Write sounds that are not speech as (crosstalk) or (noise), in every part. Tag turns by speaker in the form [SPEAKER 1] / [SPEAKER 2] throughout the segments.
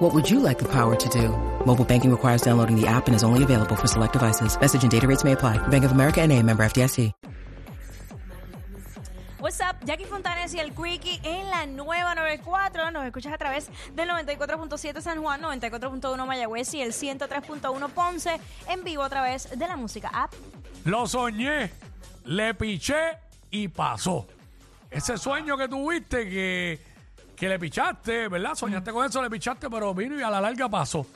[SPEAKER 1] What would you like the power to do? Mobile banking requires downloading the app and is only available for select devices. Message and data rates may apply. Bank of America and a member FDIC.
[SPEAKER 2] What's up, Jackie Fontanes y el Quickie en la nueva 94. Nos escuchas a través del 94.7 San Juan, 94.1 Mayagüez y el 103.1 Ponce en vivo a través de la música app.
[SPEAKER 3] Lo soñé, le piché y pasó. Ese sueño que tuviste que, que le pichaste, ¿verdad? Soñaste con eso, le pichaste, pero vino y a la larga pasó.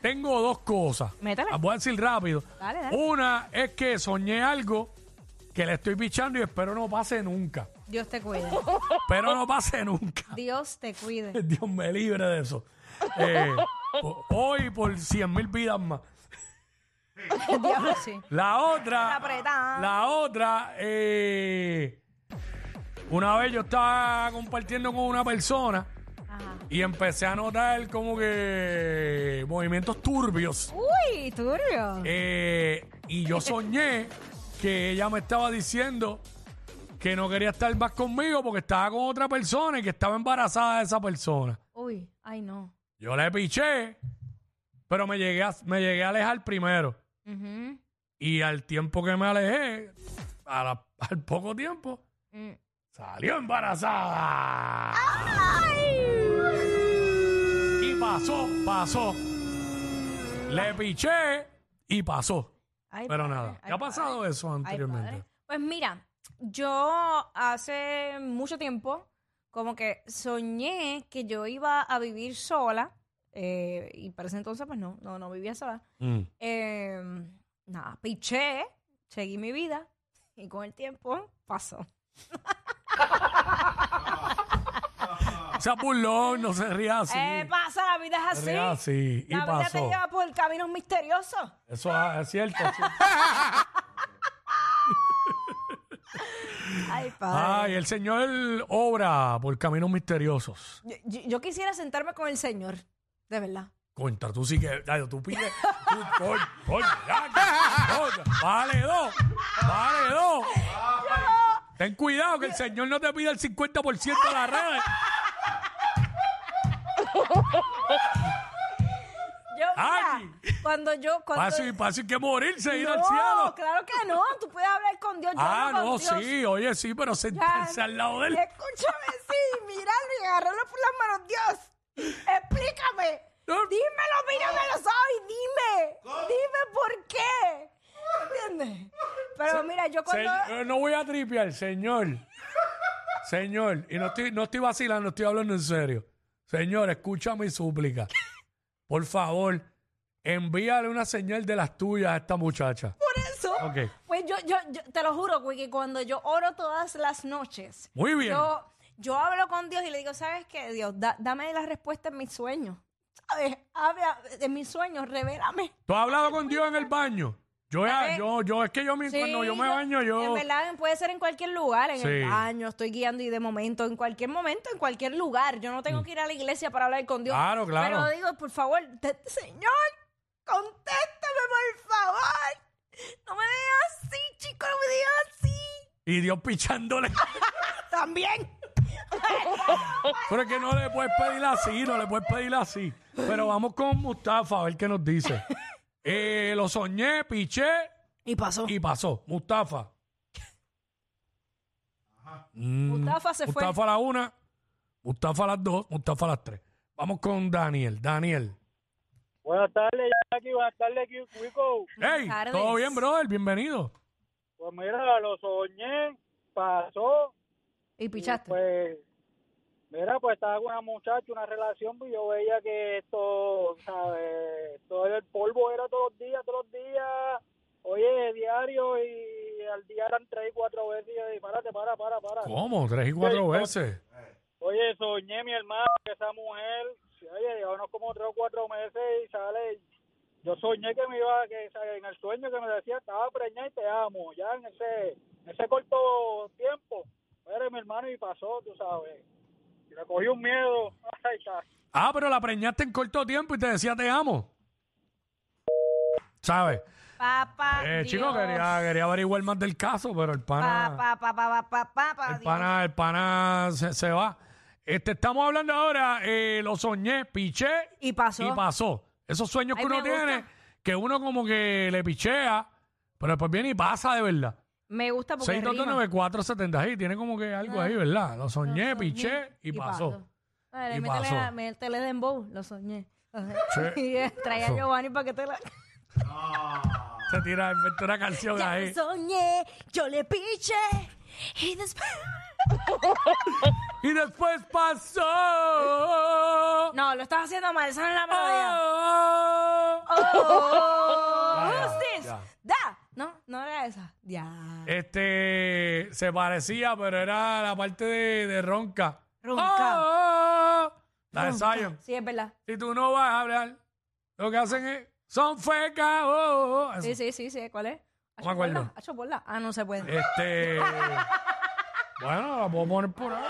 [SPEAKER 3] Tengo dos cosas.
[SPEAKER 2] Métele.
[SPEAKER 3] Las voy a decir rápido.
[SPEAKER 2] Dale, dale.
[SPEAKER 3] Una es que soñé algo que le estoy pichando y espero no pase nunca.
[SPEAKER 4] Dios
[SPEAKER 2] (laughs)
[SPEAKER 4] te cuide.
[SPEAKER 3] Espero no pase nunca. (laughs)
[SPEAKER 4] Dios te cuide.
[SPEAKER 3] Dios me libre de eso.
[SPEAKER 2] (laughs)
[SPEAKER 3] Eh, po- hoy por cien mil vidas más.
[SPEAKER 4] Diablo sí.
[SPEAKER 3] La otra.
[SPEAKER 2] apretada.
[SPEAKER 3] La otra. eh, una vez yo estaba compartiendo con una persona y empecé a notar como que movimientos turbios.
[SPEAKER 4] Uy, turbio.
[SPEAKER 3] Eh, y yo soñé que ella me estaba diciendo que no quería estar más conmigo porque estaba con otra persona y que estaba embarazada de esa persona.
[SPEAKER 4] Uy, ay no.
[SPEAKER 3] Yo le piché, pero me llegué a, me llegué a alejar primero.
[SPEAKER 4] Ujú.
[SPEAKER 3] Y al tiempo que me alejé, a la- (laughs) al poco tiempo,
[SPEAKER 4] Mm.
[SPEAKER 3] salió embarazada. Y pasó, pasó. Le piché y pasó.
[SPEAKER 4] Ay,
[SPEAKER 3] Pero
[SPEAKER 4] padre,
[SPEAKER 3] nada,
[SPEAKER 4] ay,
[SPEAKER 3] ¿te ha pasado eso
[SPEAKER 4] ay,
[SPEAKER 3] anteriormente?
[SPEAKER 4] padre. Pues mira, yo hace mucho tiempo como que soñé que yo iba a vivir sola eh, y para ese entonces pues no, no, no vivía sola.
[SPEAKER 3] Mm.
[SPEAKER 4] Eh, nada, piché, seguí mi vida y con el tiempo pasó.
[SPEAKER 3] Se burlón, no se ría así.
[SPEAKER 4] Eh, pasa, la vida es
[SPEAKER 3] se
[SPEAKER 4] así.
[SPEAKER 3] ría así. Y
[SPEAKER 4] la vida te
[SPEAKER 3] pasó.
[SPEAKER 4] lleva por caminos misteriosos.
[SPEAKER 3] Eso ah, es cierto. sí.
[SPEAKER 4] (laughs) Ay, padre.
[SPEAKER 3] Ay, el Señor obra por caminos misteriosos.
[SPEAKER 4] Yo- Yo, yo quisiera sentarme con el señor, de verdad.
[SPEAKER 3] Contra, tú sí que. Ay, tú pides. Tú, coño, coño, ya, ya, coño. vale dos. Vale dos. Ten cuidado que el señor no te pida el 50% de la red.
[SPEAKER 4] Yo, mira,
[SPEAKER 3] Ay.
[SPEAKER 4] cuando yo... Cuando...
[SPEAKER 3] Fácil, fácil que morirse, ir al
[SPEAKER 4] No,
[SPEAKER 3] cielo.
[SPEAKER 4] claro que no. Tú puedes hablar con Dios. yo
[SPEAKER 3] Ah,
[SPEAKER 4] hablo con
[SPEAKER 3] no,
[SPEAKER 4] Dios.
[SPEAKER 3] sí, oye, sí, pero
[SPEAKER 4] Ya.
[SPEAKER 3] sentarse al lado de él.
[SPEAKER 4] Escúchame, sí, mirarlo y agarrarlo por las manos. Dios, explícame.
[SPEAKER 3] No.
[SPEAKER 4] Dímelo, mírame a los ojos y dime. Dime por qué. ¿Entiendes? Pero mira, yo cuando...
[SPEAKER 3] Se- eh, no voy a tripear, señor. Señor, y no estoy, no estoy vacilando, estoy hablando en serio. Señor, escucha mi súplica. Por favor, envíale una señal de las tuyas a esta muchacha.
[SPEAKER 4] Por eso...
[SPEAKER 3] Ok.
[SPEAKER 4] Pues yo, yo, yo te lo juro, güey, que cuando yo oro todas las noches,
[SPEAKER 3] Muy bien.
[SPEAKER 4] yo, yo hablo con Dios y le digo, ¿sabes qué, Dios? Da- dame la respuesta en mis sueños. ¿Sabes? Habla de mis sueños, revélame.
[SPEAKER 3] ¿Tú has hablado con Dios en el baño? Yo,
[SPEAKER 4] ver.
[SPEAKER 3] yo, yo es que yo me- cuando yo me baño,
[SPEAKER 4] Eh, En
[SPEAKER 3] yo.
[SPEAKER 4] verdad, puede ser en cualquier lugar, en el
[SPEAKER 3] Sí.
[SPEAKER 4] baño, estoy guiando y de momento, en cualquier momento, en cualquier lugar. Yo no tengo que ir a la iglesia para hablar con Dios.
[SPEAKER 3] Mm. Claro, claro.
[SPEAKER 4] Pero digo, por favor, te- Señor, contéstame, por favor. No me digas así, chico, no me digas así.
[SPEAKER 3] Y Dios pichándole. (laughs)
[SPEAKER 4] También.
[SPEAKER 3] Pero es que no le puedes pedir así, no le puedes pedir así. Pero vamos con Mustafa a ver qué
[SPEAKER 4] (laughs)
[SPEAKER 3] nos dice. Eh, lo soñé, piché
[SPEAKER 4] Y pasó.
[SPEAKER 3] y pasó. Mustafa. Mm,
[SPEAKER 4] Mustafa se fue.
[SPEAKER 3] Mustafa a la una, Mustafa a las dos, Mustafa a las tres. Vamos con Daniel. Daniel.
[SPEAKER 5] Buenas tardes, Jackie. Buenas tardes, Cuico.
[SPEAKER 3] Hey,
[SPEAKER 4] tardes.
[SPEAKER 3] todo bien, brother. Bienvenido.
[SPEAKER 5] Pues mira, lo soñé, pasó.
[SPEAKER 4] Y
[SPEAKER 5] y
[SPEAKER 4] pichaste.
[SPEAKER 5] Pues, mira, pues estaba con una muchacha, una relación, pues yo veía que esto, ¿sabes? Todo el polvo era todos los días, todos los días. Oye, diario y al día eran tres y cuatro veces. Y yo dije, párate, para, para, para.
[SPEAKER 3] ¿Cómo? Tres y cuatro
[SPEAKER 5] Sí,
[SPEAKER 3] veces.
[SPEAKER 5] Oye, soñé mi hermano que esa mujer, oye, llevamos como tres o cuatro meses y sale. Yo soñé que me iba, que o sea, en el sueño que me decía, estaba preñada y te amo. Ya en ese, ese corto tiempo, era mi hermano y pasó, tú sabes. Y le cogí un miedo. (laughs) Ay, ca-
[SPEAKER 3] Ah, pero la preñaste en corto tiempo y te decía te amo. ¿Sabes?
[SPEAKER 4] Papá.
[SPEAKER 3] Eh,
[SPEAKER 4] Dios.
[SPEAKER 3] chico, quería, quería averiguar más del caso, pero el pana.
[SPEAKER 4] Papá, papá, papá, papá, papá.
[SPEAKER 3] El pana, el pana se, se va. Este, estamos hablando ahora, eh, lo soñé, piché
[SPEAKER 4] Y pasó.
[SPEAKER 3] y pasó. Esos sueños
[SPEAKER 4] Ay,
[SPEAKER 3] que uno
[SPEAKER 4] me gusta.
[SPEAKER 3] tiene, que uno como que le pichea, pero después viene y pasa de verdad.
[SPEAKER 4] Me gusta porque rima.
[SPEAKER 3] 6229470, ahí tiene como que algo ahí, ¿verdad? Lo soñé,
[SPEAKER 4] soñé
[SPEAKER 3] piché y, pasó.
[SPEAKER 4] Dale,
[SPEAKER 3] Y
[SPEAKER 4] métele,
[SPEAKER 3] pasó.
[SPEAKER 4] a- métele dembow, lo soñé.
[SPEAKER 3] Sí.
[SPEAKER 4] (laughs) Y, eh, Traía a Giovanni para que te la...
[SPEAKER 3] Se tira, inventó una canción
[SPEAKER 4] Ya (laughs)
[SPEAKER 3] ahí.
[SPEAKER 4] soñé, yo le piché y después...
[SPEAKER 3] Y después pasó.
[SPEAKER 4] No, lo estás haciendo mal, esa no es la melodía.
[SPEAKER 3] Oh.
[SPEAKER 4] Oh,
[SPEAKER 3] Ya, ya,
[SPEAKER 4] justice,
[SPEAKER 3] ya. Eh.
[SPEAKER 4] da. No, no era esa. Ya.
[SPEAKER 3] Este se parecía, pero era la parte de, de ronca.
[SPEAKER 4] Ronca.
[SPEAKER 3] Oh, oh, oh. La de Zion.
[SPEAKER 4] Sí, es verdad.
[SPEAKER 3] Si tú no vas a hablar, lo que hacen es. Son fecas. oh, oh, oh. Eso.
[SPEAKER 4] Sí, sí, sí, sí. ¿Cuál es?
[SPEAKER 3] No me acuerdo.
[SPEAKER 4] Acho, ponla, acho, ponla. Ah, no se puede.
[SPEAKER 3] Este. bueno, la puedo poner por ahí.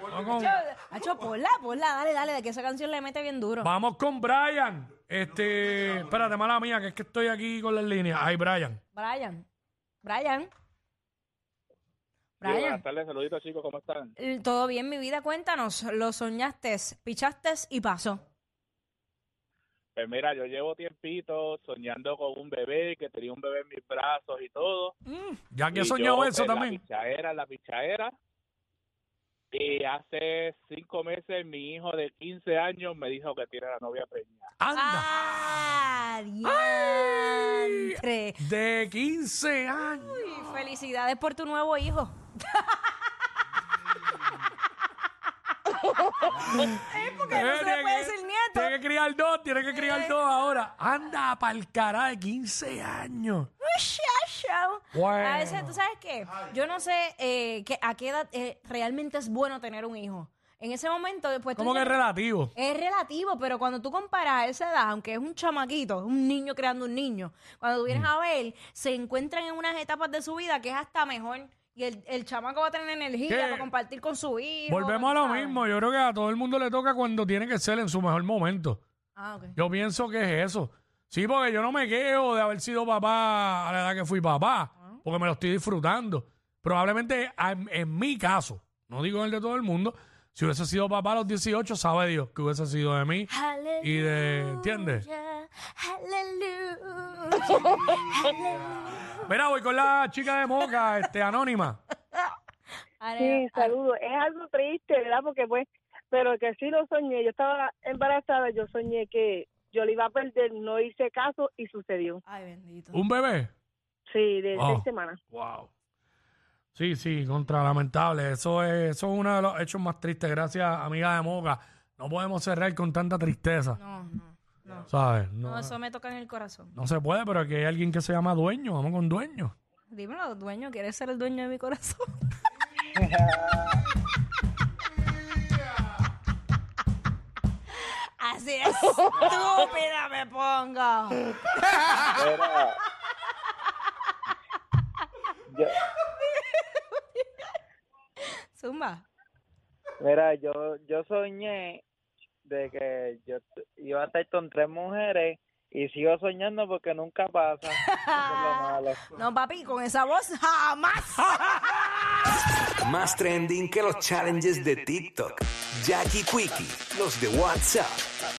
[SPEAKER 3] Vamos con,
[SPEAKER 4] Acho, ponla, ponla, dale, dale, de que esa canción le mete bien duro.
[SPEAKER 3] vamos con Brian. Este. Espérate, mala mía, que es que estoy aquí con las líneas. Ay, Brian.
[SPEAKER 4] Brian. Brian.
[SPEAKER 5] Sí,
[SPEAKER 4] Brian.
[SPEAKER 5] buenas tardes, saluditos chicos, ¿cómo están?
[SPEAKER 4] eh, Todo bien, mi vida, cuéntanos. Lo soñaste, pichaste y pasó.
[SPEAKER 5] Pues mira, yo llevo tiempito soñando con un bebé, que tenía un bebé en mis brazos y todo.
[SPEAKER 3] Ya que he
[SPEAKER 5] Y
[SPEAKER 3] soñado
[SPEAKER 5] yo,
[SPEAKER 3] eso
[SPEAKER 5] pues,
[SPEAKER 3] también.
[SPEAKER 5] La pichadera, la pichadera. Y hace cinco meses mi hijo de 15 años me dijo que tiene la novia preñada.
[SPEAKER 3] Anda.
[SPEAKER 4] ¡Ah!
[SPEAKER 3] Ay.
[SPEAKER 4] diantre.
[SPEAKER 3] De 15 años.
[SPEAKER 4] Y Felicidades por tu nuevo hijo.
[SPEAKER 3] Eh,
[SPEAKER 4] no se le
[SPEAKER 3] tiene
[SPEAKER 4] puede
[SPEAKER 3] que-
[SPEAKER 4] decir nieto.
[SPEAKER 3] Tiene que criar dos, tiene que criar dos ahora. Anda pa'l cara de 15 años.
[SPEAKER 4] Muchacho.
[SPEAKER 3] Bueno.
[SPEAKER 4] A veces, ¿tú sabes qué? Yo no sé eh, que a qué edad eh, realmente es bueno tener un hijo. En ese momento, después tú
[SPEAKER 3] ¿Cómo que es
[SPEAKER 4] dices,
[SPEAKER 3] relativo?
[SPEAKER 4] es relativo, pero cuando tú comparas esa edad, aunque es un chamaquito, un niño creando un niño, cuando tú vienes
[SPEAKER 3] Mm.
[SPEAKER 4] a ver, se encuentran en unas etapas de su vida que es hasta mejor. Y el, el chamaco va a tener energía
[SPEAKER 3] ¿Qué?
[SPEAKER 4] para compartir con su hijo.
[SPEAKER 3] Volvemos a lo
[SPEAKER 4] ¿sabes?
[SPEAKER 3] mismo. Yo creo que a todo el mundo le toca cuando tiene que ser en su mejor momento.
[SPEAKER 4] Ah, ok.
[SPEAKER 3] Yo pienso que es eso. Sí, porque yo no me quejo de haber sido papá a la edad que fui papá,
[SPEAKER 4] Ah.
[SPEAKER 3] porque me lo estoy disfrutando. Probablemente a- en, mi caso, no digo en el de todo el mundo, si hubiese sido papá a los 18, sabe Dios que hubiese sido de mí. Y de, ¿entiendes? Mira, voy con la chica de Moca, este, anónima.
[SPEAKER 4] (laughs)
[SPEAKER 6] Sí,
[SPEAKER 4] Eh, ah.
[SPEAKER 6] saludo. Es algo triste, ¿verdad? Porque pues, pero que sí lo soñé. Yo estaba embarazada, yo soñé que yo le iba a perder, no hice caso y sucedió.
[SPEAKER 4] Ay, bendito.
[SPEAKER 3] ¿Un bebé?
[SPEAKER 6] Sí, de
[SPEAKER 3] Wow.
[SPEAKER 6] seis semanas.
[SPEAKER 3] Wow. Sí, sí, contra lamentable. Eso es, eso es uno de los hechos más tristes. Gracias, amiga de Moca. No podemos cerrar con tanta tristeza,
[SPEAKER 4] No, no.
[SPEAKER 3] ¿sabes? No,
[SPEAKER 4] No, eso me toca en el corazón.
[SPEAKER 3] no se puede, pero aquí hay alguien que se llama dueño. Vamos con dueño.
[SPEAKER 4] Dímelo, dueño, ¿quieres ser el dueño de mi corazón? (laughs) Así es, estúpida me pongo.
[SPEAKER 5] Mira. yo,
[SPEAKER 4] Zumba.
[SPEAKER 5] mira, yo, yo soñé de que yo t- iba a estar con tres mujeres y sigo soñando porque nunca pasa. Eso es lo malo.
[SPEAKER 4] No, papi, con esa voz jamás.
[SPEAKER 7] Más trending que los challenges de TikTok. Jackie Quickie, los de WhatsApp.